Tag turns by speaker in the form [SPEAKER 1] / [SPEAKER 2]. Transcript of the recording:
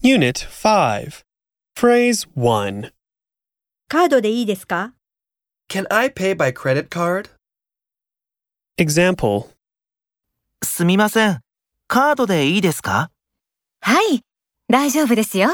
[SPEAKER 1] Unit 5. Phrase 1.
[SPEAKER 2] カードでいいですか
[SPEAKER 3] Can I pay by credit card?
[SPEAKER 1] Example.
[SPEAKER 4] すみません。カードでいいですか
[SPEAKER 5] はい、大丈夫ですよ。